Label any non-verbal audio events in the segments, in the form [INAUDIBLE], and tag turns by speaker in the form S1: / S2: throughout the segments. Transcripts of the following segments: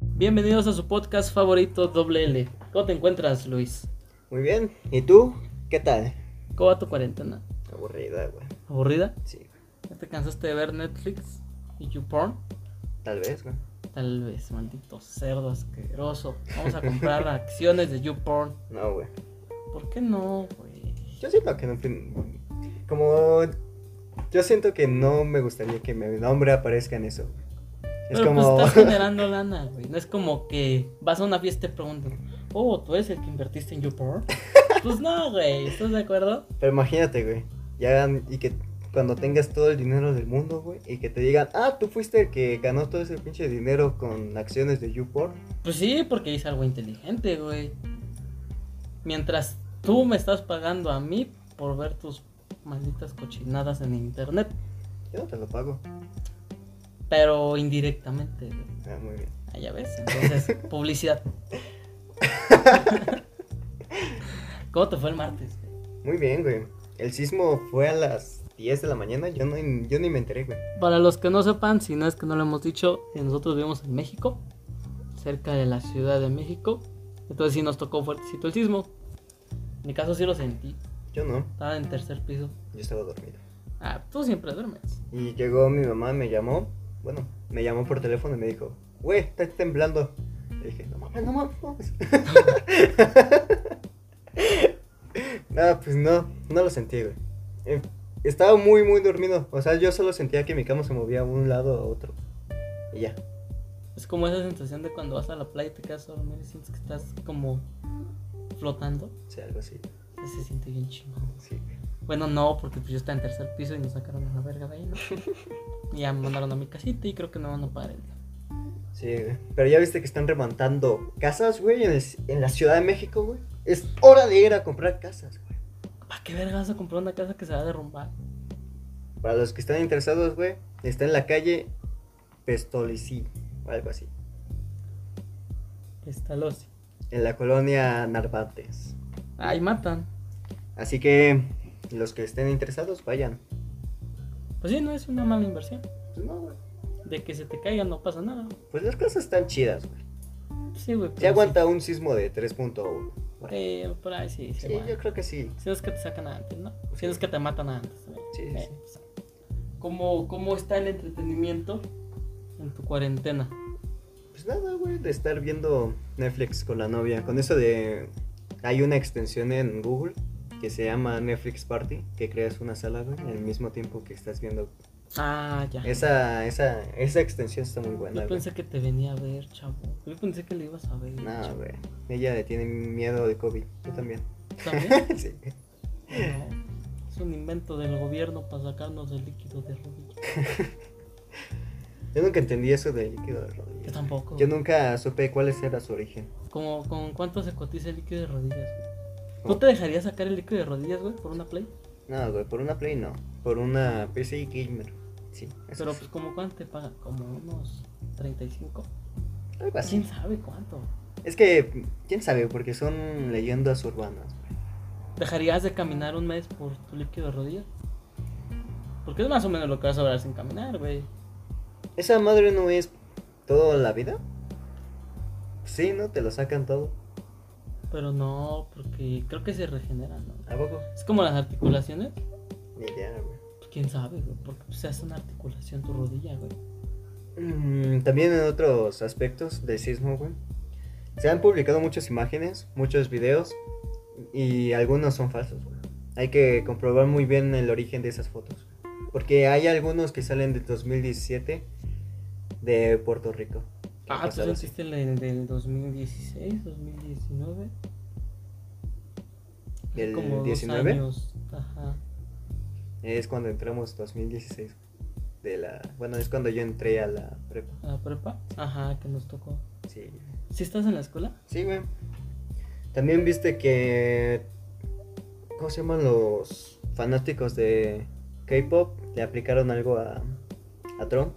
S1: Bienvenidos a su podcast favorito Doble L. ¿Cómo te encuentras, Luis?
S2: Muy bien. ¿Y tú? ¿Qué tal?
S1: ¿Cómo va tu cuarentena?
S2: Aburrida, güey.
S1: ¿Aburrida?
S2: Sí, güey.
S1: ¿Ya te cansaste de ver Netflix y YouPorn?
S2: Tal vez, güey.
S1: Tal vez, maldito cerdo asqueroso. Vamos a comprar acciones de YouPorn.
S2: No, güey.
S1: ¿Por qué no, güey?
S2: Yo siento que no. ten- Como. Yo siento que no me gustaría que mi nombre aparezca en eso. güey. Es
S1: Pero
S2: como. [LAUGHS]
S1: pues estás generando lana, güey. No es como que vas a una fiesta y te preguntan, oh, ¿tú eres el que invertiste en YouPorn? pues no, güey. ¿Estás de acuerdo?
S2: Pero imagínate, güey. Ya, y que cuando tengas todo el dinero del mundo, güey, y que te digan, ah, tú fuiste el que ganó todo ese pinche dinero con acciones de YouPorn.
S1: Pues sí, porque hice algo inteligente, güey. Mientras tú me estás pagando a mí por ver tus malditas cochinadas en internet,
S2: Yo no te lo pago.
S1: pero indirectamente, güey.
S2: Ah, muy bien.
S1: Ah, ya ves. Entonces, publicidad. ¿Cómo te fue el martes? güey?
S2: Muy bien, güey. El sismo fue a las 10 de la mañana. Yo, no, yo ni me enteré, güey.
S1: Para los que no sepan, si no es que no lo hemos dicho, eh, nosotros vivimos en México, cerca de la Ciudad de México. Entonces sí nos tocó fuertecito el sismo. En mi caso sí lo sentí.
S2: Yo no.
S1: Estaba en tercer piso.
S2: Yo estaba dormido.
S1: Ah, tú siempre duermes.
S2: Y llegó mi mamá, me llamó. Bueno, me llamó por teléfono y me dijo, güey, estás temblando. Le dije, no mames, Ah, no mames. Nada, pues no, no lo sentí, güey. Eh, Estaba muy, muy dormido. O sea, yo solo sentía que mi cama se movía de un lado a otro. Y ya.
S1: Es como esa sensación de cuando vas a la playa y te quedas a dormir y sientes que estás como flotando.
S2: O sea, algo así.
S1: Se siente bien chingón.
S2: Sí, güey.
S1: Bueno, no, porque pues yo estaba en tercer piso y nos sacaron a la verga de ahí,
S2: [LAUGHS]
S1: ¿no? Y ya me mandaron a mi casita y creo que no van a parar el día.
S2: Sí, güey. Pero ya viste que están levantando casas, güey, en, el- en la Ciudad de México, güey. Es hora de ir a comprar casas, güey.
S1: ¿Para qué verga vas a comprar una casa que se va a derrumbar?
S2: Para los que están interesados, güey, está en la calle Pestolicí, o algo así.
S1: Está los.
S2: En la colonia Narvantes.
S1: Ay, matan.
S2: Así que los que estén interesados, vayan.
S1: Pues sí, no es una mala inversión.
S2: Pues no, güey.
S1: De que se te caiga no pasa nada. Pues
S2: Pues las casas están chidas, güey.
S1: Sí, güey. pero
S2: Se aguanta un sismo de 3.1.
S1: Sí, eh, por ahí sí.
S2: Sí,
S1: se aguanta.
S2: yo creo que sí.
S1: Si no es que te sacan antes, ¿no? Si no es que te matan antes. ¿no?
S2: Sí, sí,
S1: Eh,
S2: sí.
S1: pues, ¿Cómo, ¿Cómo está el entretenimiento en tu cuarentena?
S2: Pues nada, güey, de estar viendo Netflix con la novia. Con eso de. Hay una extensión en Google que se llama Netflix Party, que creas una sala, güey, al mismo tiempo que estás viendo.
S1: Ah, ya.
S2: Esa, esa, esa extensión está muy buena,
S1: Yo
S2: güey.
S1: pensé que te venía a ver, chavo. Yo pensé que le ibas a ver.
S2: No, [LAUGHS]
S1: chavo.
S2: güey. Ella le tiene miedo de COVID. Yo también. [LAUGHS]
S1: ¿También?
S2: sí.
S1: No. Es un invento del gobierno para sacarnos el líquido de rodilla.
S2: Yo nunca entendí eso del líquido de rodillas.
S1: Yo tampoco.
S2: Yo nunca supe cuál era su origen.
S1: Como, ¿Con cuánto se cotiza el líquido de rodillas, güey? ¿No te dejarías sacar el líquido de rodillas, güey, por una play?
S2: No, güey, por una Play no. Por una PC gamer. Sí, eso
S1: Pero
S2: sí.
S1: pues como cuánto te pagan, como unos 35.
S2: Algo así.
S1: ¿Quién sabe cuánto?
S2: Es que, quién sabe, porque son leyendas urbanas. güey.
S1: ¿Dejarías de caminar un mes por tu líquido de rodillas? Porque es más o menos lo que vas a lograr sin caminar, güey.
S2: Esa madre no es toda la vida. Sí, ¿no? Te lo sacan todo.
S1: Pero no, porque creo que se regenera, ¿no?
S2: ¿A poco?
S1: Es como las articulaciones.
S2: Ni idea, güey.
S1: Pues, quién sabe, güey. Porque pues, se hace una articulación tu rodilla, güey.
S2: Mm, También en otros aspectos del sismo, güey. Se han publicado muchas imágenes, muchos videos y algunos son falsos, güey. Hay que comprobar muy bien el origen de esas fotos. Porque hay algunos que salen del 2017 de Puerto Rico. que
S1: Ah, tú
S2: pasaron así.
S1: sentiste el del- del 2016, 2019. Hace
S2: ¿Del
S1: como dos
S2: 19?
S1: años. Ajá.
S2: Es cuando entramos 2016. De la... Bueno, es cuando yo entré a la prepa.
S1: ¿A la prepa? Ajá, que nos tocó.
S2: Sí,
S1: ¿Sí estás en la escuela?
S2: sí güey. También viste que... ¿Cómo se llaman los fanáticos de K-Pop? Le aplicaron algo a, a Trump.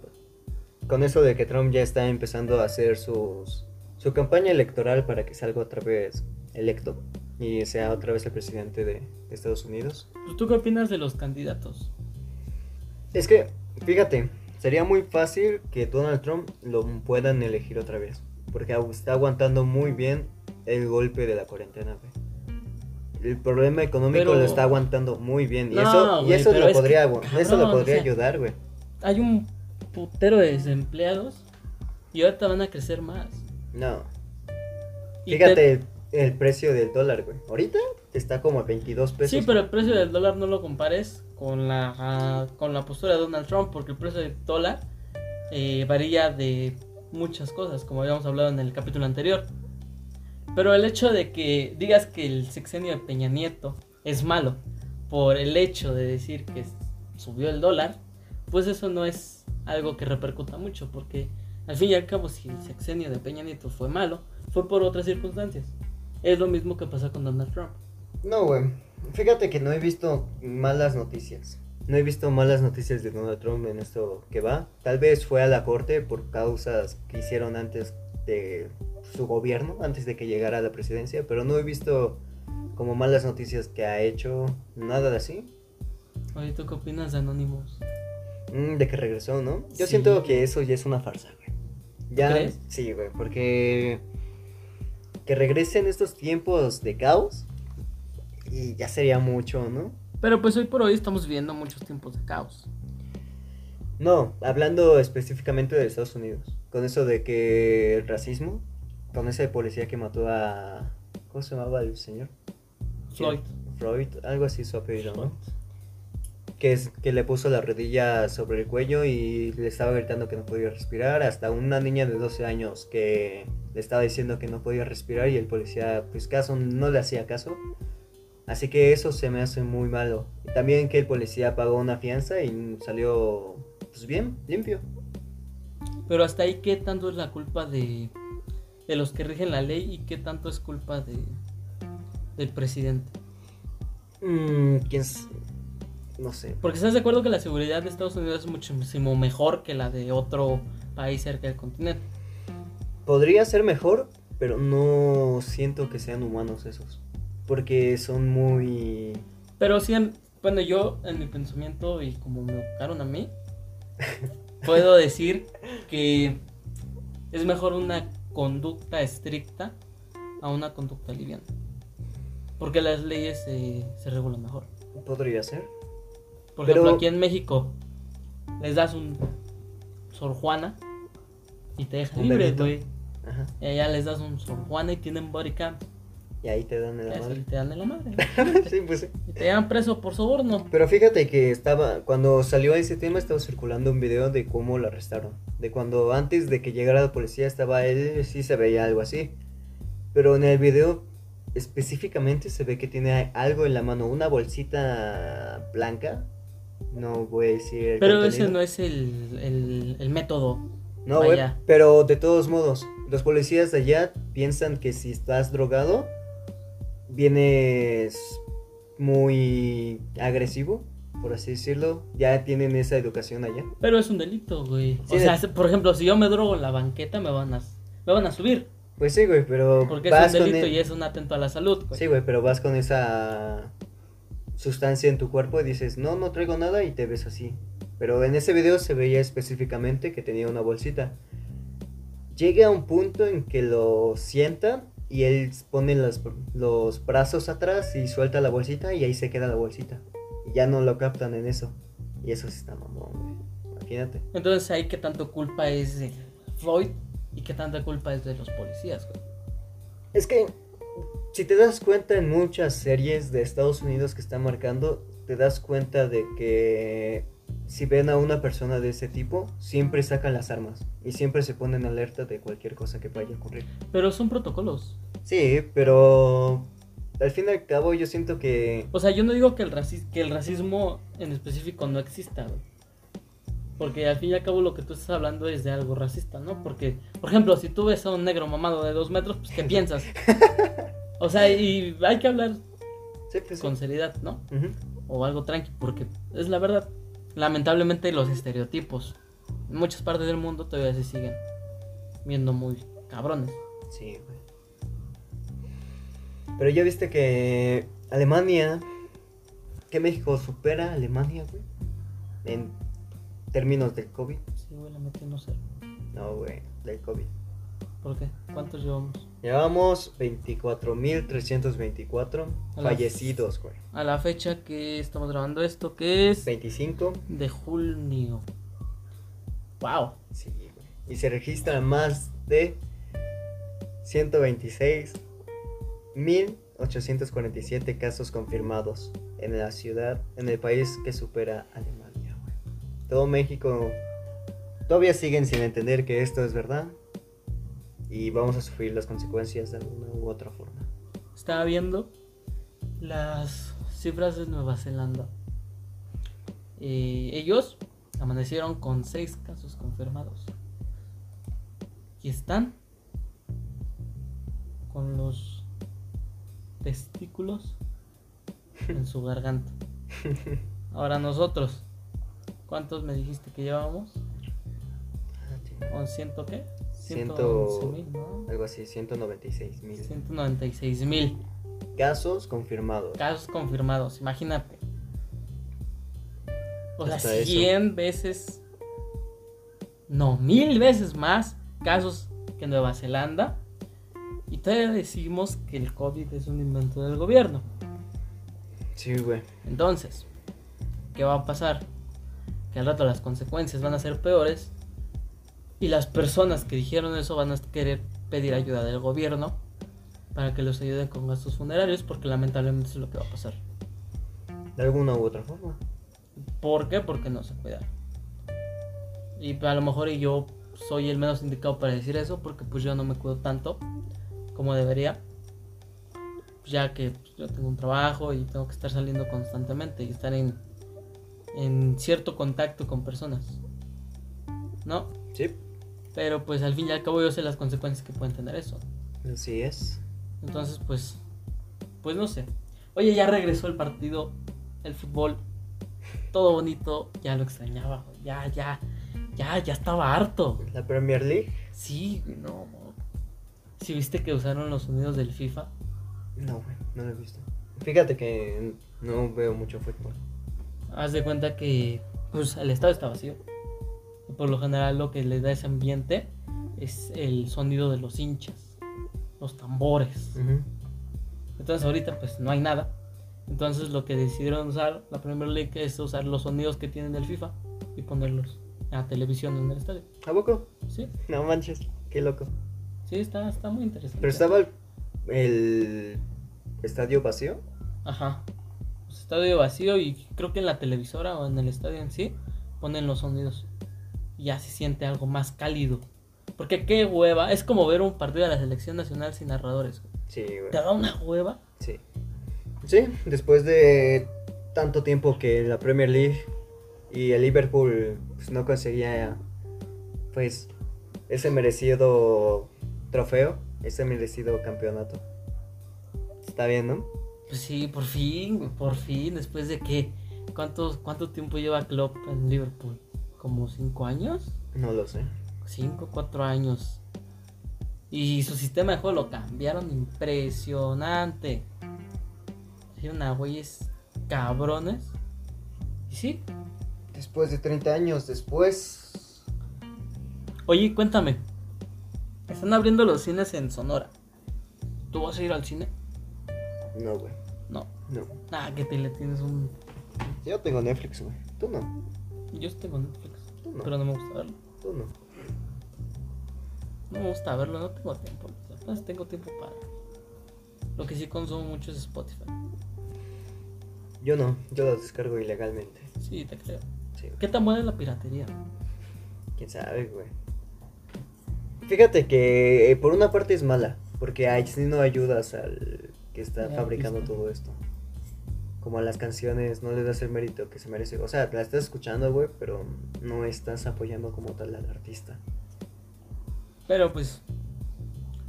S2: Con eso de que Trump ya está empezando a hacer sus, su campaña electoral para que salga otra vez electo y sea otra vez el presidente de- de Estados Unidos.
S1: Pues, ¿Tú qué opinas de los candidatos?
S2: Es que, fíjate, sería muy fácil que Donald Trump lo puedan elegir otra vez. Porque agu- está aguantando muy bien el golpe de la cuarentena, güey. El problema económico
S1: Pero-
S2: lo está aguantando muy bien. Y
S1: No,
S2: eso, y
S1: güey,
S2: eso
S1: pero
S2: lo
S1: es que,
S2: podría, agu- eso
S1: cabrón,
S2: lo
S1: o
S2: podría
S1: sea,
S2: ayudar, güey.
S1: Hay un putero de desempleados y ahorita van a crecer más.
S2: No.
S1: Y
S2: Fíjate
S1: te-
S2: el, el precio del dólar, güey. Ahorita está como a 22 pesos.
S1: Sí, pero el precio del dólar no lo compares con la ah, con la postura de Donald Trump, porque el precio del dólar eh, varía de muchas cosas, como habíamos hablado en el capítulo anterior. Pero el hecho de que digas que el sexenio de Peña Nieto es malo por el hecho de decir que s- subió el dólar, pues eso no es algo que repercuta mucho, porque al fin y al cabo si el sexenio de Peña Nieto fue malo, fue por otras circunstancias. Es lo mismo que pasa con Donald Trump.
S2: No, güey. Fíjate que no he visto malas noticias. No he visto malas noticias de Donald Trump en esto que va. Tal vez fue a la corte por causas que hicieron antes de su gobierno, antes de que llegara a la presidencia, pero no he visto como malas noticias que ha hecho, nada de así.
S1: Oye, ¿tú qué opinas de Anonymous?
S2: Mm, de que regresó, ¿no? Yo
S1: Sí.
S2: siento que eso ya es una farsa, güey. Ya,
S1: crees?
S2: Sí, güey, porque que regresen estos tiempos de caos y ya sería mucho, ¿no?
S1: Pero pues hoy por hoy estamos viviendo muchos tiempos de caos.
S2: No, hablando específicamente de Estados Unidos. Con eso de que el racismo, con ese policía que mató a. ¿Cómo se llamaba el señor?
S1: Floyd.
S2: Floyd, algo así su apellido, ¿no? Que, es, que le puso la rodilla sobre el cuello y le estaba gritando que no podía respirar. Hasta una niña de 12 años que le estaba diciendo que no podía respirar y el policía, pues caso, no le hacía caso. Así que eso se me hace muy malo. Y también que el policía pagó una fianza y salió, pues bien, limpio.
S1: Pero hasta ahí, ¿qué tanto es la culpa de, de los que rigen la ley y qué tanto es culpa de, del presidente?
S2: Mm, ¿Quién s- No sé.
S1: Porque estás de acuerdo que la seguridad de Estados Unidos es muchísimo mejor que la de otro país cerca del continente.
S2: Podría ser mejor, pero no siento que sean humanos esos. Porque son muy...
S1: Pero sí, en- bueno, yo en mi pensamiento y como me educaron a mí,
S2: [LAUGHS]
S1: puedo decir que es mejor una conducta estricta a una conducta liviana. Porque las leyes eh, se regulan mejor.
S2: Podría ser.
S1: Por
S2: Pero-
S1: ejemplo, aquí en México les das un Sor Juana y te dejan
S2: Un
S1: libre,
S2: delito.
S1: güey.
S2: Ajá.
S1: Y allá les das un Sor Juana y tienen body cam.
S2: Y ahí te dan en la
S1: Y
S2: madre.
S1: te dan en la madre.
S2: [LAUGHS] sí, pues sí.
S1: y te llevan preso por soborno.
S2: Pero fíjate que estaba, cuando salió ese tema estaba circulando un video de cómo lo arrestaron. De cuando antes de que llegara la policía estaba él, sí se veía algo así. Pero en el video específicamente se ve que tiene algo en la mano, una bolsita blanca. No voy a decir... el
S1: Pero
S2: contenido.
S1: ese no es el, el- el método.
S2: No, güey,
S1: Vaya.
S2: pero de todos modos, los policías de allá piensan que si estás drogado, vienes muy agresivo, por así decirlo. Ya tienen esa educación allá.
S1: Pero es un delito, güey.
S2: Sí,
S1: o sea,
S2: de-
S1: si- por ejemplo, si yo me drogo en la banqueta, me van a, me van a subir.
S2: Pues sí, güey, pero
S1: Porque
S2: vas
S1: es un
S2: con
S1: delito
S2: e-
S1: y es un atento a la salud, güey.
S2: Sí, güey, pero vas con esa sustancia en tu cuerpo y dices, "No, no traigo nada" y te ves así. Pero en ese video se veía específicamente que tenía una bolsita. Llega un punto en que lo sientan y él pone los, los brazos atrás y suelta la bolsita y ahí se queda la bolsita. Y ya no lo captan en eso. Y eso sí está mamón, güey. Imagínate.
S1: Entonces ahí qué tanto culpa es de Floyd y qué tanta culpa es de los policías, güey.
S2: Es que si te das cuenta en muchas series de Estados Unidos que están marcando, te das cuenta de que si ven a una persona de ese tipo, siempre sacan las armas y siempre se ponen alerta de cualquier cosa que vaya a ocurrir.
S1: Pero son protocolos.
S2: Sí, pero al fin y al cabo yo siento que
S1: O sea, yo no digo que el, raci- que el racismo en específico no exista, güey. Porque al fin y al cabo lo que tú estás hablando es de algo racista, ¿no? Porque, por ejemplo, si tú ves a un negro mamado de dos metros, [LAUGHS] pues ¿qué piensas? O sea, y hay que hablar
S2: sí, pues, sí.
S1: con seriedad, ¿no?
S2: Ujú.
S1: O algo tranqui, porque es la verdad. Lamentablemente los estereotipos en muchas partes del mundo todavía se siguen viendo muy cabrones.
S2: Sí, güey. Pero ya viste que Alemania, que México supera a Alemania, güey, en términos del COVID.
S1: Sí, güey, la metiendo cero.
S2: No, güey, del COVID.
S1: ¿Por qué? ¿Cuántos llevamos?
S2: Llevamos 24.324
S1: A la-
S2: fallecidos, güey.
S1: A la fecha que estamos grabando esto, que es
S2: 25.
S1: de junio. Wow.
S2: Sí, güey. Y se registran más de 126.847 casos confirmados en la ciudad, en el país que supera Alemania, güey. Todo México todavía siguen sin entender que esto es verdad. Y vamos a sufrir las consecuencias de alguna u otra forma.
S1: Estaba viendo las cifras de Nueva Zelanda. Eh, ellos amanecieron con seis casos confirmados. Y están con los testículos en su garganta. Ahora nosotros, ¿cuántos me dijiste que llevábamos? ¿Con ciento qué?
S2: Ciento-
S1: 111,000, ¿no?
S2: Algo así, 196 mil
S1: 196 mil.
S2: casos confirmados.
S1: casos confirmados, imagínate. O sea,
S2: Hasta eso.
S1: 100 veces, no, mil veces más casos que Nueva Zelanda. Y todavía decimos que el COVID es un invento del gobierno.
S2: Sí, güey.
S1: Entonces, ¿qué va a pasar? Que al rato las consecuencias van a ser peores y las personas que dijeron eso van a querer pedir ayuda del gobierno para que los ayuden con gastos funerarios porque lamentablemente es lo que va a pasar.
S2: De alguna u otra forma.
S1: ¿Por qué? Porque no se cuidaron. Y a lo mejor y yo soy el menos indicado para decir eso porque pues yo no me cuido tanto como debería. Ya que pues, yo tengo un trabajo y tengo que estar saliendo constantemente y estar en, en cierto contacto con personas. ¿No?
S2: Sí,
S1: Pero pues al fin y al cabo yo sé las consecuencias que pueden tener eso.
S2: así es.
S1: Entonces pues... Pues no sé. Oye, ya regresó el partido, el fútbol, todo bonito, ya lo extrañaba, güey, ya, ya, ya, ya estaba harto. güey.
S2: La Premier League.
S1: Sí, güey, no. no. Si viste que usaron los sonidos del FIFA,
S2: No, güey, no lo he visto. Fíjate que no veo mucho fútbol.
S1: haz de cuenta que pues el estado está vacío. Y por lo general lo que le da ese ambiente es el sonido de los hinchas, los tambores. Entonces ahorita pues no hay nada. Entonces lo que decidieron usar la Premier League es usar los sonidos que tienen el FIFA y ponerlos a la televisión en el estadio.
S2: ¿A poco?
S1: Sí,
S2: No manches, qué loco.
S1: sí, está, está muy interesante.
S2: Pero estaba el, el estadio vacío.
S1: Ajá. Pues, estadio vacío y creo que en la televisora o en el estadio en sí ponen los sonidos. Y ya se siente algo más cálido. Porque qué hueva. Es como ver un partido de la selección nacional sin narradores. güey.
S2: Sí, güey.
S1: Te da una hueva.
S2: Sí. Sí, después de tanto tiempo que la Premier League y el Liverpool pues, no conseguía pues ese merecido trofeo, ese merecido campeonato. Está bien, ¿no?
S1: Pues sí, por fin, güey, por fin, después de que. ¿Cuánto, cuánto tiempo lleva Klopp en Liverpool? ¿Como cinco años?
S2: No lo sé.
S1: Cinco, cuatro años. Y su sistema de juego lo cambiaron impresionante. Hicieron a güeyes cabrones. Y sí.
S2: Después de 30 años después.
S1: Oye, cuéntame. Están abriendo los cines en Sonora. ¿Tú vas a ir al cine?
S2: No, güey.
S1: No.
S2: No.
S1: Ah, que te le tienes un.
S2: Yo tengo Netflix, güey. Tú no.
S1: Yo tengo Netflix.
S2: Tú no.
S1: Pero no me gusta verlo.
S2: Tú no.
S1: No me gusta verlo, no tengo tiempo. Apenas tengo tiempo para. Lo que sí consumo mucho es Spotify.
S2: Yo no. Yo lo descargo ilegalmente.
S1: Sí, te creo.
S2: Sí, güey.
S1: ¿Qué tan buena es la piratería?
S2: ¿Quién sabe, güey? Fíjate que eh, por una parte es mala, porque ahí sí no ayudas al que está
S1: Al
S2: fabricando
S1: artista.
S2: todo esto. Como a las canciones, no le das el mérito que se merece. O sea, la estás escuchando, güey, pero no estás apoyando como tal al artista.
S1: Pero pues.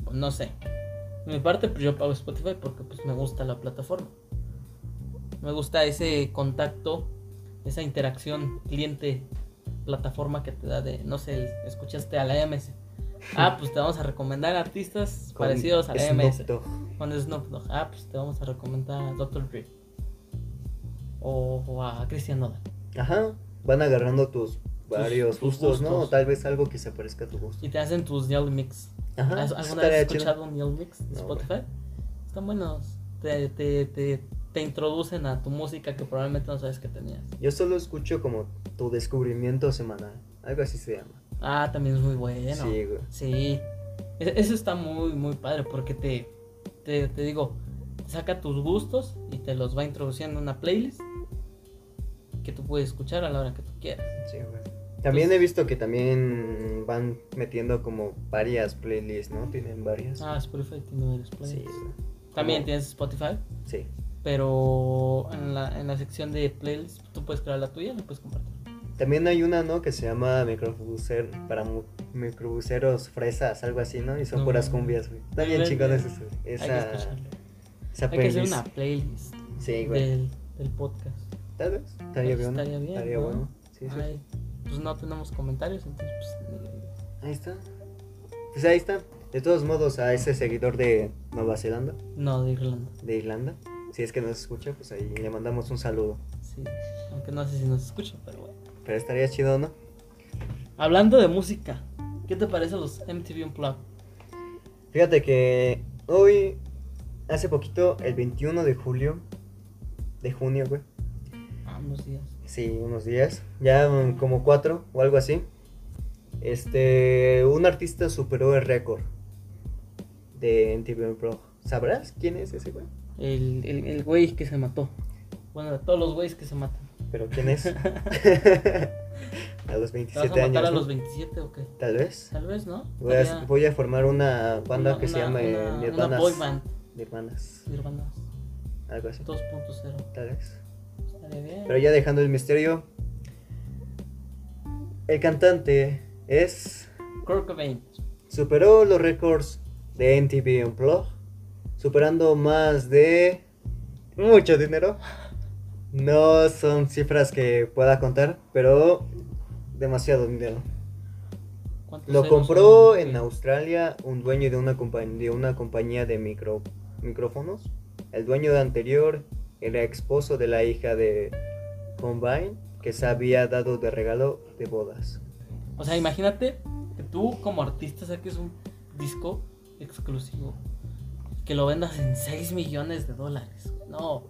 S1: pues, No sé. De mi parte, pues yo pago Spotify porque pues me gusta la plataforma. Me gusta ese contacto, esa interacción cliente-plataforma que te da de, no sé, escuchaste a la MS. Ah, pues te vamos a recomendar artistas
S2: [LAUGHS] Con
S1: parecidos a la
S2: Snoop
S1: MS.
S2: Dogg.
S1: Con Snoop Dogg. Ah, pues te vamos a recomendar a Dr. Dre. O, o a Christian Nodal.
S2: Ajá, van agarrando tus varios
S1: tus
S2: gustos, ¿no?
S1: gustos.
S2: O tal vez algo que se parezca a tu gusto.
S1: Y te hacen tus Yell Mix.
S2: Ajá,
S1: ¿Has-
S2: eso
S1: ¿Alguna
S2: Ah, estaría
S1: vez has
S2: chido.
S1: escuchado un Neil Mix de
S2: No, güey.
S1: Spotify? Están buenos. Te, te, te, te introducen a tu música que probablemente no sabes que tenías.
S2: Yo solo escucho como tu descubrimiento semanal. Algo así se llama.
S1: Ah, también es muy bueno.
S2: Sí, güey.
S1: Sí. E- Eso está muy, muy padre porque te, te, te digo, saca tus gustos y te los va introduciendo en una playlist que tú puedes escuchar a la hora que tú quieras.
S2: Sí, güey. También he visto que también van metiendo como varias playlists, ¿no? Tienen varias.
S1: Ah, pues Spotify tiene varios
S2: sí,
S1: playlists.
S2: güey.
S1: También
S2: Como-
S1: tienes Spotify,
S2: Sí.
S1: pero en la, en la sección de playlists tú puedes crear la tuya y la puedes compartir.
S2: También hay una, ¿no? Que se llama microbuser para mu- microbuseros fresas, algo así, ¿no? Y son
S1: No,
S2: puras
S1: no.
S2: cumbias, güey. Está bien
S1: Hay
S2: chingones
S1: que-
S2: eso,
S1: Hay que
S2: esa,
S1: escucharlo.
S2: esa
S1: Hay que hacer
S2: playlist.
S1: una playlist
S2: Sí, güey.
S1: del, del podcast.
S2: Tal vez. Estaría
S1: Pues
S2: bien.
S1: estaría bien,
S2: Estaría
S1: ¿no?
S2: bueno. Sí, sí.
S1: Ay, pues no tenemos comentarios, entonces pues, ni-
S2: Ahí está. Pues ahí está. De todos modos, a ese seguidor de Nueva Zelanda,
S1: no de Irlanda.
S2: de Irlanda, si es que nos escucha, pues ahí le mandamos un saludo.
S1: Sí, aunque no sé si nos escuchan, pero bueno.
S2: Pero estaría chido, ¿no?
S1: Hablando de música, ¿qué te parece los MTV Unplugged?
S2: Fíjate que hoy, hace poquito, el 21 de julio, de junio, güey.
S1: Ah, unos días.
S2: Sí, unos días. Ya mm, como cuatro o algo así. Este, un artista superó el récord de MTV Pro. ¿Sabrás quién es ese güey?
S1: El, el, el güey que se mató. Bueno, de todos los güeyes que se matan.
S2: ¿Pero
S1: [LAUGHS]
S2: quién es? a
S1: ¿Te vas
S2: los
S1: a
S2: 27
S1: matar
S2: años.
S1: a
S2: ¿no?
S1: los 27 o qué?
S2: Tal vez.
S1: Tal vez, ¿no?
S2: Voy a,
S1: Estaría
S2: voy a formar una banda
S1: una-
S2: que se
S1: una-
S2: llama
S1: una, una
S2: Nirvanas.
S1: boy band.
S2: Nirvanas,
S1: Nirvanas
S2: algo así.
S1: 2.0.
S2: Tal vez.
S1: Estaría bien.
S2: Pero ya dejando el misterio. El cantante es
S1: Kurt Cobain.
S2: superó los récords de MTV Unplugged, superando más de mucho dinero. [LAUGHS] No son cifras que pueda contar, pero demasiado dinero.
S1: ¿Cuántos
S2: Lo
S1: ceros
S2: compró
S1: son?
S2: en Australia un dueño de una, compa- de una compañía de micro micrófonos. El dueño anterior era esposo de la hija de Combine, que se había dado de regalo de bodas.
S1: O sea, imagínate que tú como artista saques un disco exclusivo. Que lo vendas en 6 millones de dólares. No.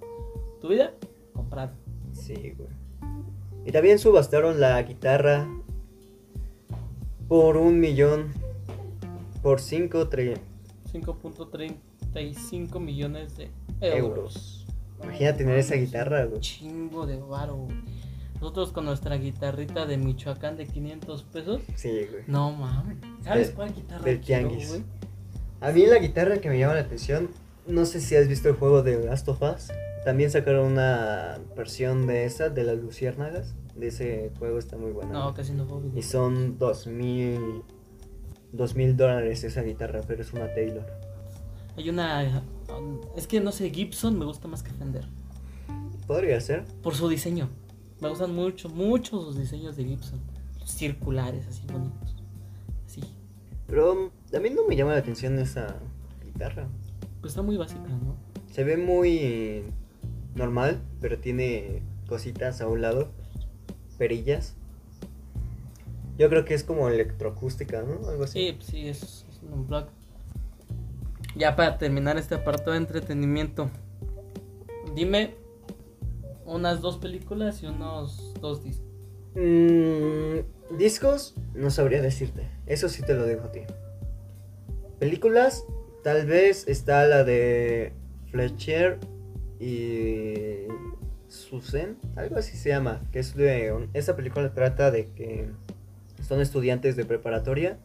S1: Tu vida, comprado.
S2: Sí, güey. Y también subastaron la guitarra por un millón, por cinco tri-
S1: 5.35 millones de euros.
S2: euros. Imagina tener esa guitarra,
S1: Un
S2: güey.
S1: Chingo de varo. güey. Nosotros con nuestra guitarrita de Michoacán de 500 pesos.
S2: Sí, güey.
S1: No mames. ¿Sabes
S2: Del-
S1: cuál guitarra
S2: del
S1: quiero,
S2: tianguis.
S1: güey?
S2: A mí la guitarra que me llama la atención, no sé si has visto el juego de Last of Us. También sacaron una versión de esa, de las luciérnagas. De ese juego está muy buena.
S1: No,
S2: güey.
S1: casi no puedo
S2: Y son dos mil, dos mil dólares esa guitarra, pero es una Taylor.
S1: Hay una. Es que no sé, Gibson me gusta más que Fender.
S2: Podría ser.
S1: Por su diseño. Me gustan mucho, mucho sus diseños de Gibson. Circulares, así bonitos. Así.
S2: Pero a mí no me llama la atención esa guitarra.
S1: Pues está muy básica, ¿no?
S2: Se ve muy normal, pero tiene cositas a un lado, perillas. Yo creo que es como electroacústica, ¿no? Algo
S1: Sí,
S2: así.
S1: pues sí, es, es un blog. Ya para terminar este apartado de entretenimiento, dime unas dos películas y unos dos discos.
S2: Mm, discos, no sabría decirte. Eso sí te lo dejo a ti. Películas, tal vez está la de Fletcher y Susan, algo así se llama. Que es de un- esa película trata de que son estudiantes de preparatoria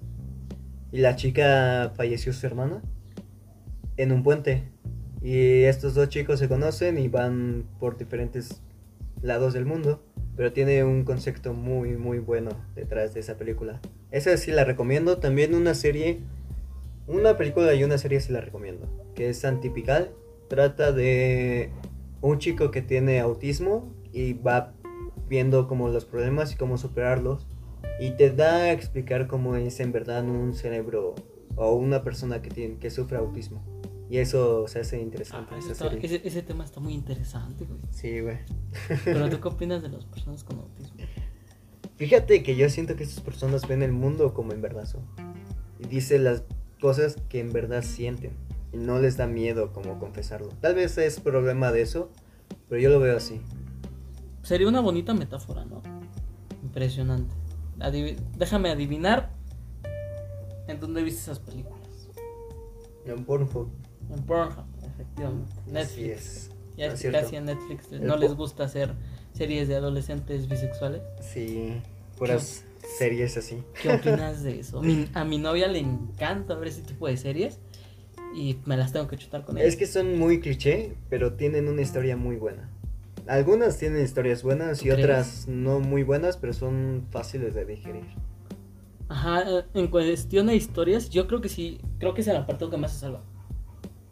S2: y la chica falleció su hermana en un puente. Y estos dos chicos se conocen y van por diferentes lados del mundo. Pero tiene un concepto muy, muy bueno detrás de esa película. Esa sí la recomiendo. También una serie, una película y una serie sí la recomiendo. Que es Antipical. Trata de un chico que tiene autismo y va viendo como los problemas y cómo superarlos. Y te da a explicar cómo es en verdad un cerebro o una persona que, tiene, que sufre autismo. Y eso se hace interesante.
S1: Ah, ese,
S2: esa
S1: está-
S2: serie.
S1: ese- ese tema está muy interesante, güey.
S2: Sí, güey.
S1: Pero tú qué opinas de las personas con autismo?
S2: Fíjate que yo siento que estas personas ven el mundo como en verdad son. Y dice las cosas que en verdad sienten y no les da miedo como confesarlo. Tal vez es problema de eso, pero yo lo veo así.
S1: Sería una bonita metáfora, ¿no? Impresionante. Adiv- déjame adivinar en dónde viste esas películas.
S2: En Pornhub.
S1: En Pornhub, efectivamente.
S2: Así
S1: Netflix.
S2: es.
S1: Ya
S2: No
S1: es
S2: es
S1: que
S2: Ah, cierto.
S1: casi a Netflix
S2: El
S1: no les
S2: po-
S1: gusta hacer series de adolescentes bisexuales.
S2: Sí, puras series así.
S1: ¿Qué opinas de eso?
S2: [LAUGHS]
S1: Mi- a mi novia le encanta ver ese tipo de series y me las tengo que chutar con ella.
S2: Es que son muy cliché, pero tienen una historia muy buena. Algunas tienen historias buenas y
S1: ¿Tú crees?
S2: otras no muy buenas, pero son fáciles de digerir.
S1: Ajá, en cuestión de historias, yo creo que sí, creo que es el apartado que más se salva.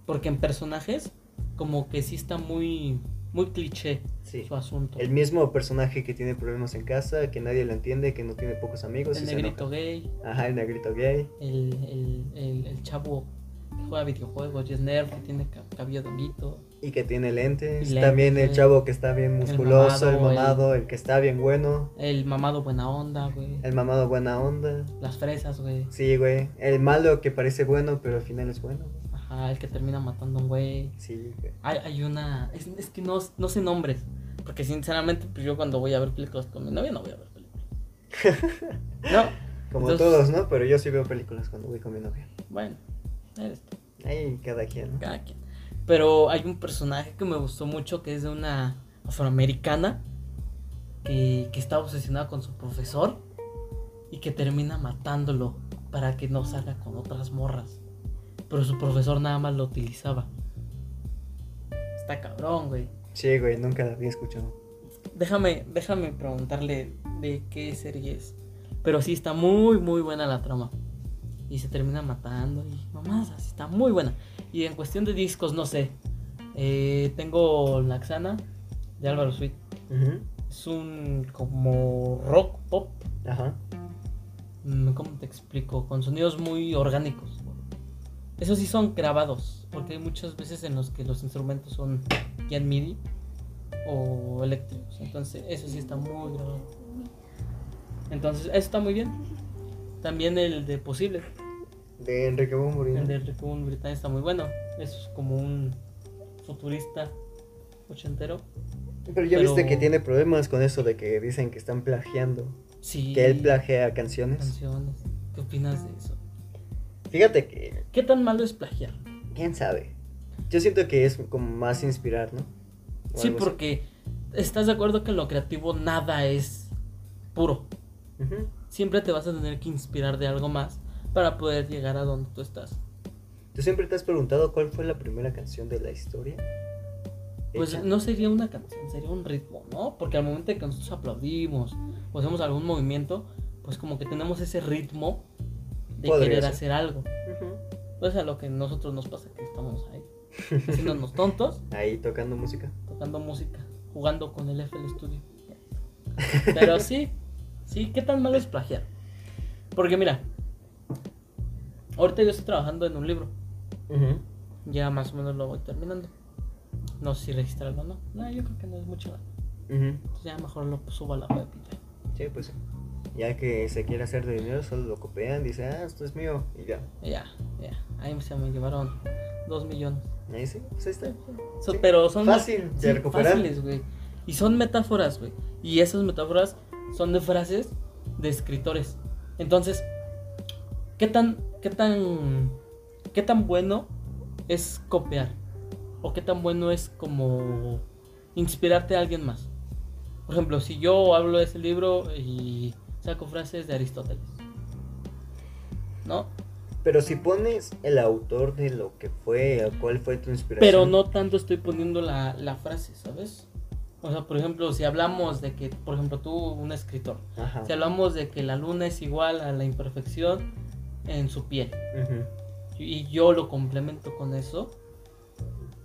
S1: Porque en personajes, como que sí está muy, muy cliché
S2: Sí.
S1: su asunto.
S2: El
S1: El,
S2: mismo personaje que tiene problemas en casa, que nadie lo entiende, que no tiene pocos amigos. y se
S1: negrito
S2: enoja.
S1: gay,
S2: Ajá, el negrito gay.
S1: el, el, el, el chavo que juega videojuegos, y es nerd, que tiene ca- cabello de honguito.
S2: Y que tiene lentes.
S1: Y
S2: También
S1: lentes,
S2: el chavo que está bien musculoso, el
S1: mamado, el-
S2: mamado, el, que está bien bueno.
S1: El mamado buena onda, güey.
S2: El mamado buena onda.
S1: Las fresas, güey.
S2: Sí, güey. El malo que parece bueno, pero al final es bueno. güey.
S1: Ajá, el que termina matando a un güey.
S2: Sí, güey.
S1: Hay, hay una. Es, es que no, no sé nombres. Porque sinceramente, pues yo cuando voy a ver películas con mi novia no voy a ver películas. No,
S2: Como
S1: Entonces-
S2: todos, ¿no? Pero yo sí veo películas cuando voy con mi novia.
S1: bueno, eres tú,
S2: Ahí cada quien, ¿no?
S1: cada quien. Pero hay un personaje que me gustó mucho que es de una afroamericana que, que está obsesionada con su profesor y que termina matándolo para que no salga con otras morras. Pero su profesor nada más lo utilizaba. Está cabrón, güey.
S2: Sí, güey, nunca la había escuchado.
S1: Déjame, déjame preguntarle de qué serie es. Pero sí está muy, muy buena la trama. Y se termina matando y mamás, así está muy buena. Y en cuestión de discos, no sé. Eh, tengo Laxana de Álvaro Sweet. Es un como rock pop.
S2: Ajá.
S1: Mm, ¿Cómo te explico? Con sonidos muy orgánicos. Esos sí son grabados, porque hay muchas veces en los que los instrumentos son ya en MIDI o eléctricos. Entonces, eso sí está muy grabado. Entonces, eso está muy bien. También el de Posible,
S2: De Enrique Bumburi.
S1: el de Republic Britannia está muy bueno. Es como un futurista ochentero.
S2: Pero ya viste
S1: pero-
S2: que tiene problemas con eso de que dicen que están plagiando.
S1: Sí.
S2: Que él plagia canciones.
S1: canciones. ¿Qué opinas de eso?
S2: Fíjate que
S1: ¿Qué tan malo es plagiar?
S2: ¿Quién sabe? Yo siento que es como más inspirar, ¿no? O
S1: Sí,
S2: algo así.
S1: porque estás de acuerdo que en lo creativo nada es puro.
S2: Ujú.
S1: Siempre te vas a tener que inspirar de algo más para poder llegar a donde tú estás.
S2: ¿Tú siempre te has preguntado cuál fue la primera canción de la historia?
S1: Pues
S2: Hecha.
S1: no sería una canción, sería un ritmo, ¿no? Porque al momento en que nosotros aplaudimos o hacemos algún movimiento, pues como que tenemos ese ritmo de
S2: Podría
S1: querer
S2: ser.
S1: hacer algo.
S2: Ujú.
S1: Pues a lo que nosotros nos pasa que estamos ahí, haciéndonos
S2: [LAUGHS]
S1: tontos,
S2: Ahí tocando música.
S1: tocando música, jugando con el FL Studio. Pero sí, sí, ¿qué tan malo es plagiar? Porque mira, ahorita yo estoy trabajando en un libro,
S2: Ujú.
S1: ya más o menos lo voy terminando. No sé si registrarlo o no. No, yo creo que no es mucho. lana.
S2: Ujú.
S1: Entonces ya mejor lo subo a la web y ya.
S2: Sí, pues sí. Ya que se quiere hacer de dinero, solo lo copian, dice, ah, esto es mío. Y ya.
S1: Ya, ya. Ahí se me llevaron dos millones.
S2: Ahí sí, pues ahí está.
S1: So-
S2: Sí.
S1: Pero son
S2: Fácil
S1: sí,
S2: de recuperar.
S1: fáciles, güey. Y son metáforas, güey. Y esas metáforas son de frases de escritores. Entonces, ¿qué tan, qué tan, qué tan bueno es copiar? ¿O qué tan bueno es como inspirarte a alguien más? Por ejemplo, si yo hablo de ese libro y saco frases de Aristóteles, ¿no?
S2: Pero si pones el autor de lo que fue, o cuál fue tu inspiración.
S1: Pero no tanto estoy poniendo la, la frase, ¿sabes? O sea, por ejemplo, si hablamos de que, por ejemplo, tú, un escritor,
S2: Ajá.
S1: si hablamos de que la luna es igual a la imperfección en su piel,
S2: Ujú.
S1: y yo lo complemento con eso,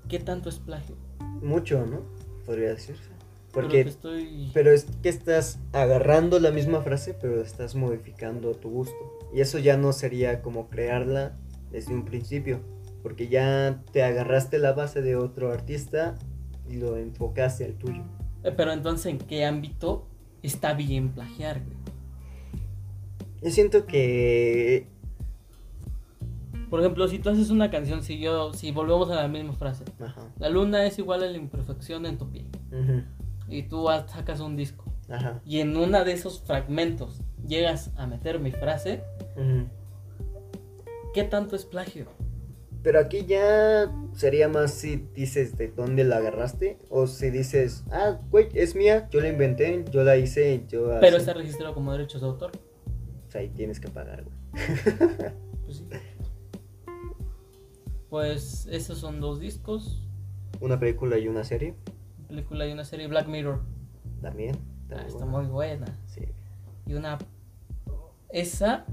S1: ¿qué tanto es plagio?
S2: Mucho, ¿no? Podría decirse.
S1: Pero pues,
S2: Porque
S1: que estoy...
S2: Pero es que estás agarrando la misma frase, pero estás modificando tu gusto. Y eso ya no sería como crearla desde un principio, porque ya te agarraste la base de otro artista y lo enfocaste al tuyo.
S1: Eh, pero entonces, ¿en qué ámbito está bien plagiar? güey?
S2: Yo siento que
S1: Por ejemplo, si tú haces una canción, si yo, si volvemos a la misma frase,
S2: Ajá.
S1: la luna es igual a la imperfección en tu piel.
S2: Ujú.
S1: Y tú ha- sacas un disco.
S2: Ajá.
S1: Y en uno de esos fragmentos llegas a meter mi frase,
S2: Ujú.
S1: ¿qué tanto es plagio?
S2: Pero aquí ya sería más si dices de dónde la agarraste o si dices, ah, güey, es mía, yo la inventé, yo la hice, yo...
S1: Pero
S2: así".
S1: está registrado como derechos de autor.
S2: O sea, ahí tienes que pagar, güey.
S1: Pues sí. Pues esos son dos discos,
S2: Una película y una serie,
S1: película y una serie Black Mirror.
S2: también.
S1: Ah,
S2: también
S1: está
S2: buena.
S1: muy buena.
S2: Sí.
S1: Y una esa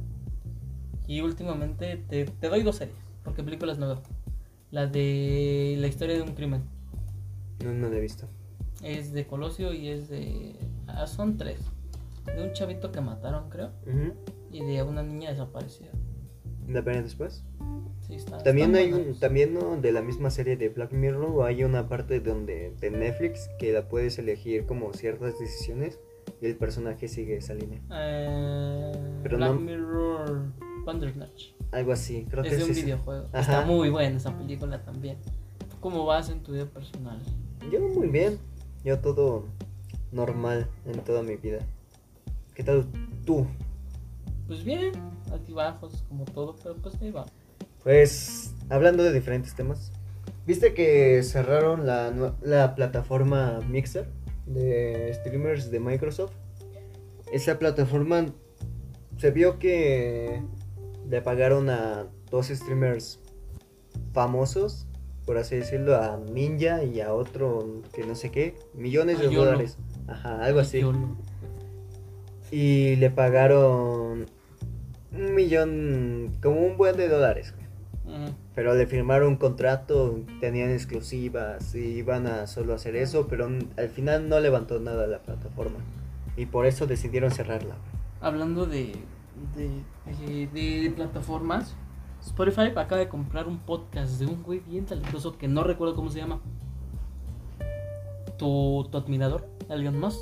S1: y últimamente te, te doy dos series, porque películas no veo. La de la historia de un crimen.
S2: No, no la he visto.
S1: Es de Colosio y es de ah, son tres. De un chavito que mataron, creo,
S2: Ujú.
S1: y de una niña desaparecida.
S2: ¿La veré después?
S1: Sí, Ah, está-
S2: También
S1: están
S2: hay un-
S1: buenas.
S2: también ¿no? de la misma serie de Black Mirror hay una parte donde de Netflix que la puedes elegir como ciertas decisiones y el personaje sigue esa línea.
S1: Eh,
S2: Pero
S1: Black
S2: no-
S1: Mirror Bandersnatch.
S2: Algo así, creo que
S1: Es de
S2: es
S1: un
S2: ese.
S1: videojuego.
S2: Ajá.
S1: Está muy buena esa película también. ¿Tú ¿Cómo vas en tu vida personal?
S2: Yo muy bien, yo todo normal en toda mi vida. ¿Qué tal tú?
S1: Pues bien, altibajos como todo, pero pues ahí va.
S2: Pues hablando de diferentes temas, ¿viste que cerraron la, nue- la plataforma Mixer de streamers de Microsoft? Esa plataforma se vio que le pagaron a dos streamers famosos, por así decirlo, a Ninja y a otro que no sé qué, millones
S1: A
S2: de
S1: Yolo.
S2: dólares. Ajá, algo así.
S1: Ah, Yo no.
S2: Y le pagaron un millón, como un buen de dólares. güey.
S1: Ujú.
S2: Pero le firmaron un contrato, tenían exclusivas y iban a solo hacer eso, pero n- al final no levantó nada la plataforma. Y por eso decidieron cerrarla.
S1: Hablando de, de, de- de plataformas, Spotify acaba de comprar un podcast de un güey bien talentoso que no recuerdo cómo se llama. Tu, tu admirador, Elon Musk,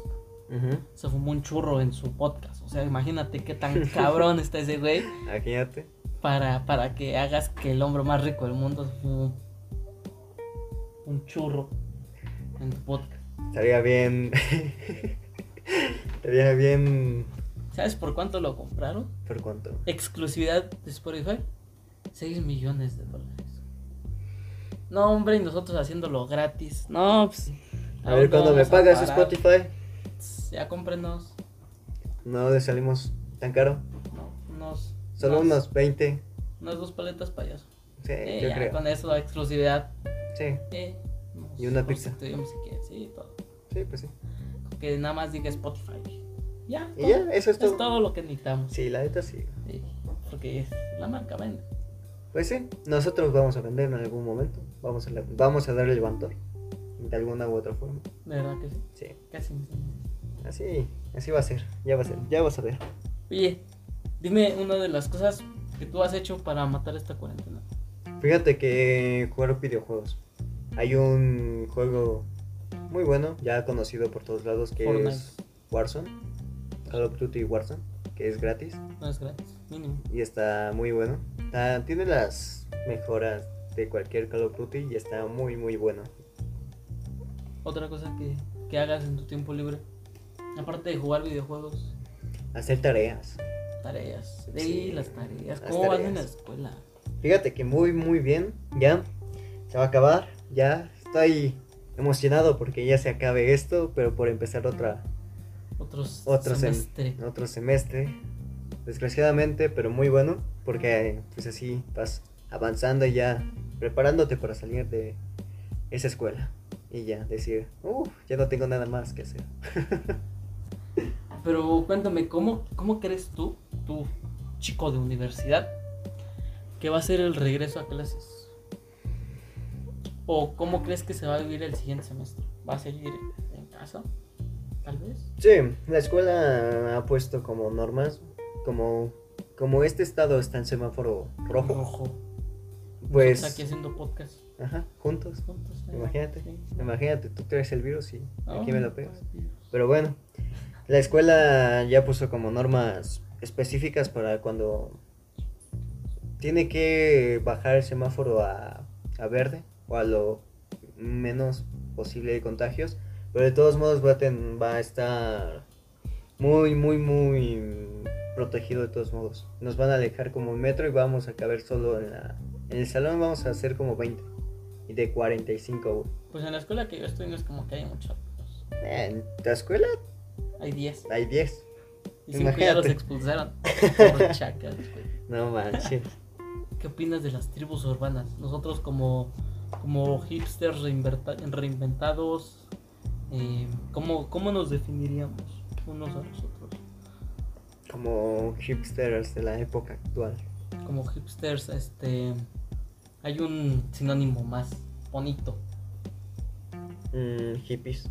S1: se fumó un churro en su podcast. O sea, imagínate qué
S2: [LAUGHS]
S1: tan cabrón está ese güey.
S2: Imagínate.
S1: para, para que hagas que el hombre más rico del mundo se fume un, un churro en tu podcast.
S2: Estaría bien. [LAUGHS] Estaría bien.
S1: ¿Sabes por cuánto lo compraron?
S2: ¿Por cuánto?
S1: Exclusividad de Spotify. 6 millones de dólares. No, hombre, y nosotros haciéndolo gratis. No, pues.
S2: A ver cuándo me pagas Spotify.
S1: Ya cómprenos.
S2: No le salimos tan caro.
S1: No, unos.
S2: Solo
S1: unos-
S2: unos 20.
S1: Unas dos paletas payaso.
S2: Sí,
S1: Eh,
S2: yo
S1: ya,
S2: creo.
S1: con eso, exclusividad.
S2: Sí,
S1: Eh, nos
S2: Y una pizza.
S1: constituimos si quieres, sí, todo.
S2: sí, pues sí.
S1: que nada más diga Spotify. Ya,
S2: Y
S1: todo.
S2: ya, eso es
S1: es
S2: todo.
S1: todo lo que necesitamos.
S2: Sí, la neta sí.
S1: Sí, porque es la marca vende.
S2: Pues sí, nosotros vamos a vender en algún momento. Vamos a, le- vamos a dar el levantón. De alguna u otra forma.
S1: De verdad que sí.
S2: Sí,
S1: Casi. me-
S2: así, así va a ser. Ya va a ser, ya vas a ver.
S1: Oye, dime una de las cosas que tú has hecho para matar esta cuarentena.
S2: Fíjate que jugar videojuegos. Hay un juego muy bueno, ya conocido por todos lados, que
S1: Fortnite.
S2: es Warzone. Call of Duty Warzone, que es gratis.
S1: No es gratis, mínimo.
S2: y está muy bueno. Está- tiene las mejoras de cualquier Call of Duty y está muy muy bueno.
S1: Otra cosa que, que hagas en tu tiempo libre. Aparte de jugar videojuegos,
S2: Hacer tareas.
S1: tareas. Sí,
S2: Sí,
S1: las tareas.
S2: las
S1: ¿Cómo van en la
S2: tareas.
S1: escuela?
S2: Fíjate que muy muy bien. Ya se va a acabar. Ya estoy emocionado porque ya se acabe esto, pero por empezar otra
S1: Otros
S2: Otro sem-
S1: semestre.
S2: otro semestre. Desgraciadamente, pero muy bueno porque pues así vas avanzando y ya preparándote para salir de esa escuela y ya decir, uff, ya no tengo nada más que hacer.
S1: Pero cuéntame, ¿cómo, ¿cómo crees tú, tú chico de universidad, que va a ser el regreso a clases? ¿O cómo crees que se va a vivir el siguiente semestre? ¿Va a seguir en casa? Tal vez.
S2: Sí, la escuela ha puesto como normas, como, como este estado está en semáforo rojo,
S1: Nosotros aquí
S2: pues,
S1: haciendo podcast
S2: ajá, juntos,
S1: juntos. ¿eh?
S2: imagínate,
S1: Sí.
S2: imagínate, tú traes el virus y
S1: Ah,
S2: aquí me lo pegas.
S1: Ay,
S2: Pero bueno, la escuela ya puso como normas específicas para cuando tiene que bajar el semáforo a, a verde o a lo menos posible de contagios. Pero de todos modos va a, ten- va a estar muy, muy, muy protegido de todos modos. Nos van a alejar como un metro y vamos a caber solo en, la, en el salón. Vamos a hacer como 20 y de 45.
S1: Pues en la escuela que yo estoy no es como que hay muchos.
S2: Eh, En la escuela
S1: Hay 10.
S2: hay 10.
S1: Y cinco ya los
S2: Imagínate. [LAUGHS]
S1: expulsaron. Por chacas, güey.
S2: No manches.
S1: ¿Qué opinas de las tribus urbanas? Nosotros como, como hipsters reinverta- reinventados, eh, ¿cómo, ¿cómo nos definiríamos unos a los otros?
S2: Como hipsters de la época actual.
S1: Como hipsters, este, hay un sinónimo más bonito.
S2: Mm, hippies.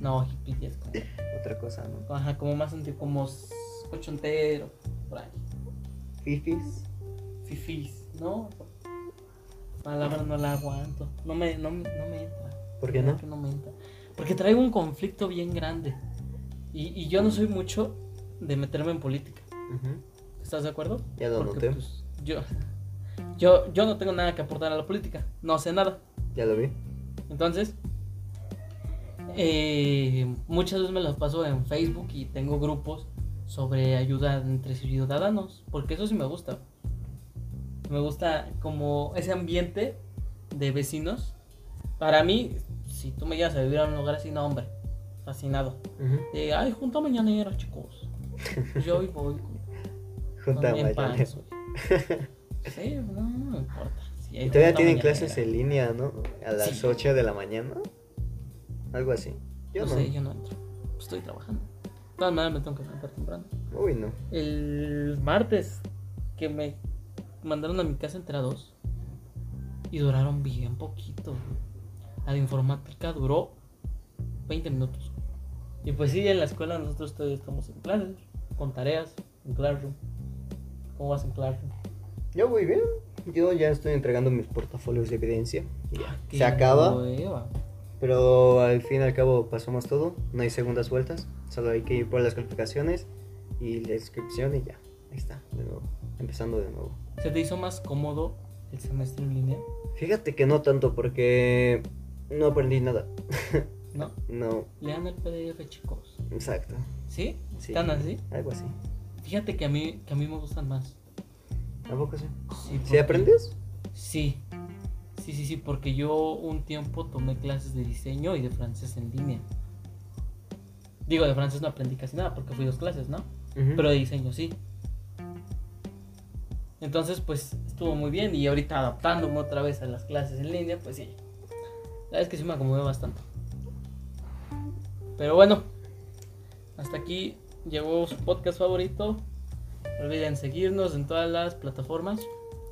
S1: No, hippie ya es como,
S2: Otra cosa, ¿no?
S1: ajá, como más antiguo, como s- ochentero, por ahí.
S2: Fifis.
S1: Fifis, ¿no? Palabra no la aguanto. No me, no, me- no me entra.
S2: ¿Por qué no?
S1: Que me entra. Porque traigo un conflicto bien grande. Y, y yo no soy mucho de meterme en política.
S2: Ujú.
S1: ¿Estás de acuerdo?
S2: Ya lo
S1: Porque,
S2: noté.
S1: pues, yo, [LAUGHS] yo, yo no tengo nada que aportar a la política. No sé nada.
S2: Ya lo vi.
S1: Entonces, eh, muchas veces me las paso en Facebook y tengo grupos sobre ayuda entre ciudadanos, porque eso sí me gusta. Me gusta como ese ambiente de vecinos. Para mí, si tú me llevas a vivir a un lugar así, no, hombre, fascinado.
S2: Ujú.
S1: De, ay, junta mañanera, chicos. Yo hoy voy con, con
S2: Junta
S1: mi pan,
S2: mañana.
S1: soy. Sí, no, no me importa. Sí, hay
S2: Y todavía
S1: junta
S2: tienen
S1: mañanera.
S2: clases en línea, ¿no? A las
S1: Sí.
S2: 8 de la mañana. Algo así. Yo
S1: no,
S2: no.
S1: sé, yo no entro. Estoy trabajando. De todas maneras me tengo que levantar temprano.
S2: Uy, no.
S1: El martes que me mandaron a mi casa entre a dos y duraron bien poquito. La de informática duró 20 minutos. Y pues sí, en la escuela nosotros todavía estamos en clases, con tareas, en Classroom. ¿Cómo vas en Classroom?
S2: Yo muy bien. Yo ya estoy entregando mis portafolios de evidencia. Ya.
S1: Ah, Qué
S2: Se acaba.
S1: hueva.
S2: Pero al fin y al cabo pasamos todo. No hay segundas vueltas. Solo hay que ir por las calificaciones y la inscripción y ya. Ahí está. De nuevo. Empezando de nuevo.
S1: ¿Se te hizo más cómodo el semestre en línea?
S2: Fíjate que no tanto porque no aprendí nada.
S1: No.
S2: No.
S1: Lean el PDF, chicos.
S2: Exacto.
S1: ¿Sí?
S2: Sí.
S1: ¿Están así?
S2: Algo así.
S1: Fíjate que a mí, que a mí me gustan más.
S2: Tampoco sé.
S1: Sí,
S2: ¿Sí
S1: porque-
S2: aprendes?
S1: Sí. Sí, sí, sí, porque yo un tiempo tomé clases de diseño y de francés en línea. Digo, de francés no aprendí casi nada porque fui dos clases, ¿no?
S2: Ujú.
S1: Pero de diseño sí. Entonces, pues estuvo muy bien y ahorita adaptándome otra vez a las clases en línea, pues sí. La verdad es que sí me acomodé bastante. Pero bueno, hasta aquí llegó su podcast favorito. No olviden seguirnos en todas las plataformas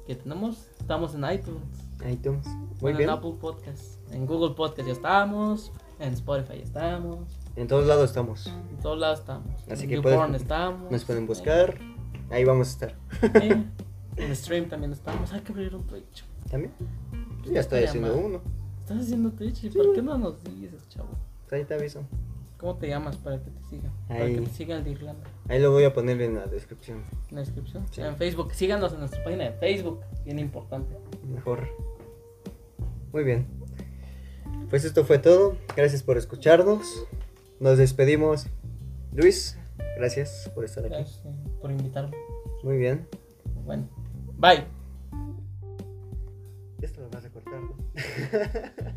S1: que tenemos. Estamos en iTunes,
S2: iTunes. Muy
S1: bueno, pues
S2: bien.
S1: en Apple Podcast, en Google Podcast ya estamos, en Spotify ya estamos,
S2: En todos lados estamos.
S1: en todos lados estamos.
S2: Así
S1: en
S2: que
S1: YouPorn
S2: pueden-
S1: estamos.
S2: Nos pueden
S1: eh.
S2: buscar. Ahí vamos a estar.
S1: Eh, [LAUGHS] en stream también estamos. Hay que abrir un Twitch.
S2: ¿También? Yo ya estoy
S1: Estaría
S2: haciendo
S1: mal.
S2: uno.
S1: Estás haciendo Twitch y ¿por qué no nos dices, chavo?
S2: Ahí te aviso.
S1: ¿Cómo te llamas para que te siga? Para
S2: Ahí.
S1: que te siga el de Irlanda.
S2: Ahí lo voy a poner en la descripción.
S1: En la descripción.
S2: Sí.
S1: En Facebook. Síganos en nuestra página de Facebook. Bien importante.
S2: Mejor. Muy bien. Pues esto fue todo. Gracias por escucharnos. Nos despedimos. Luis, gracias por estar aquí.
S1: Gracias eh, por invitarme.
S2: Muy bien.
S1: Bueno. Bye.
S2: Esto lo vas a cortar, ¿no?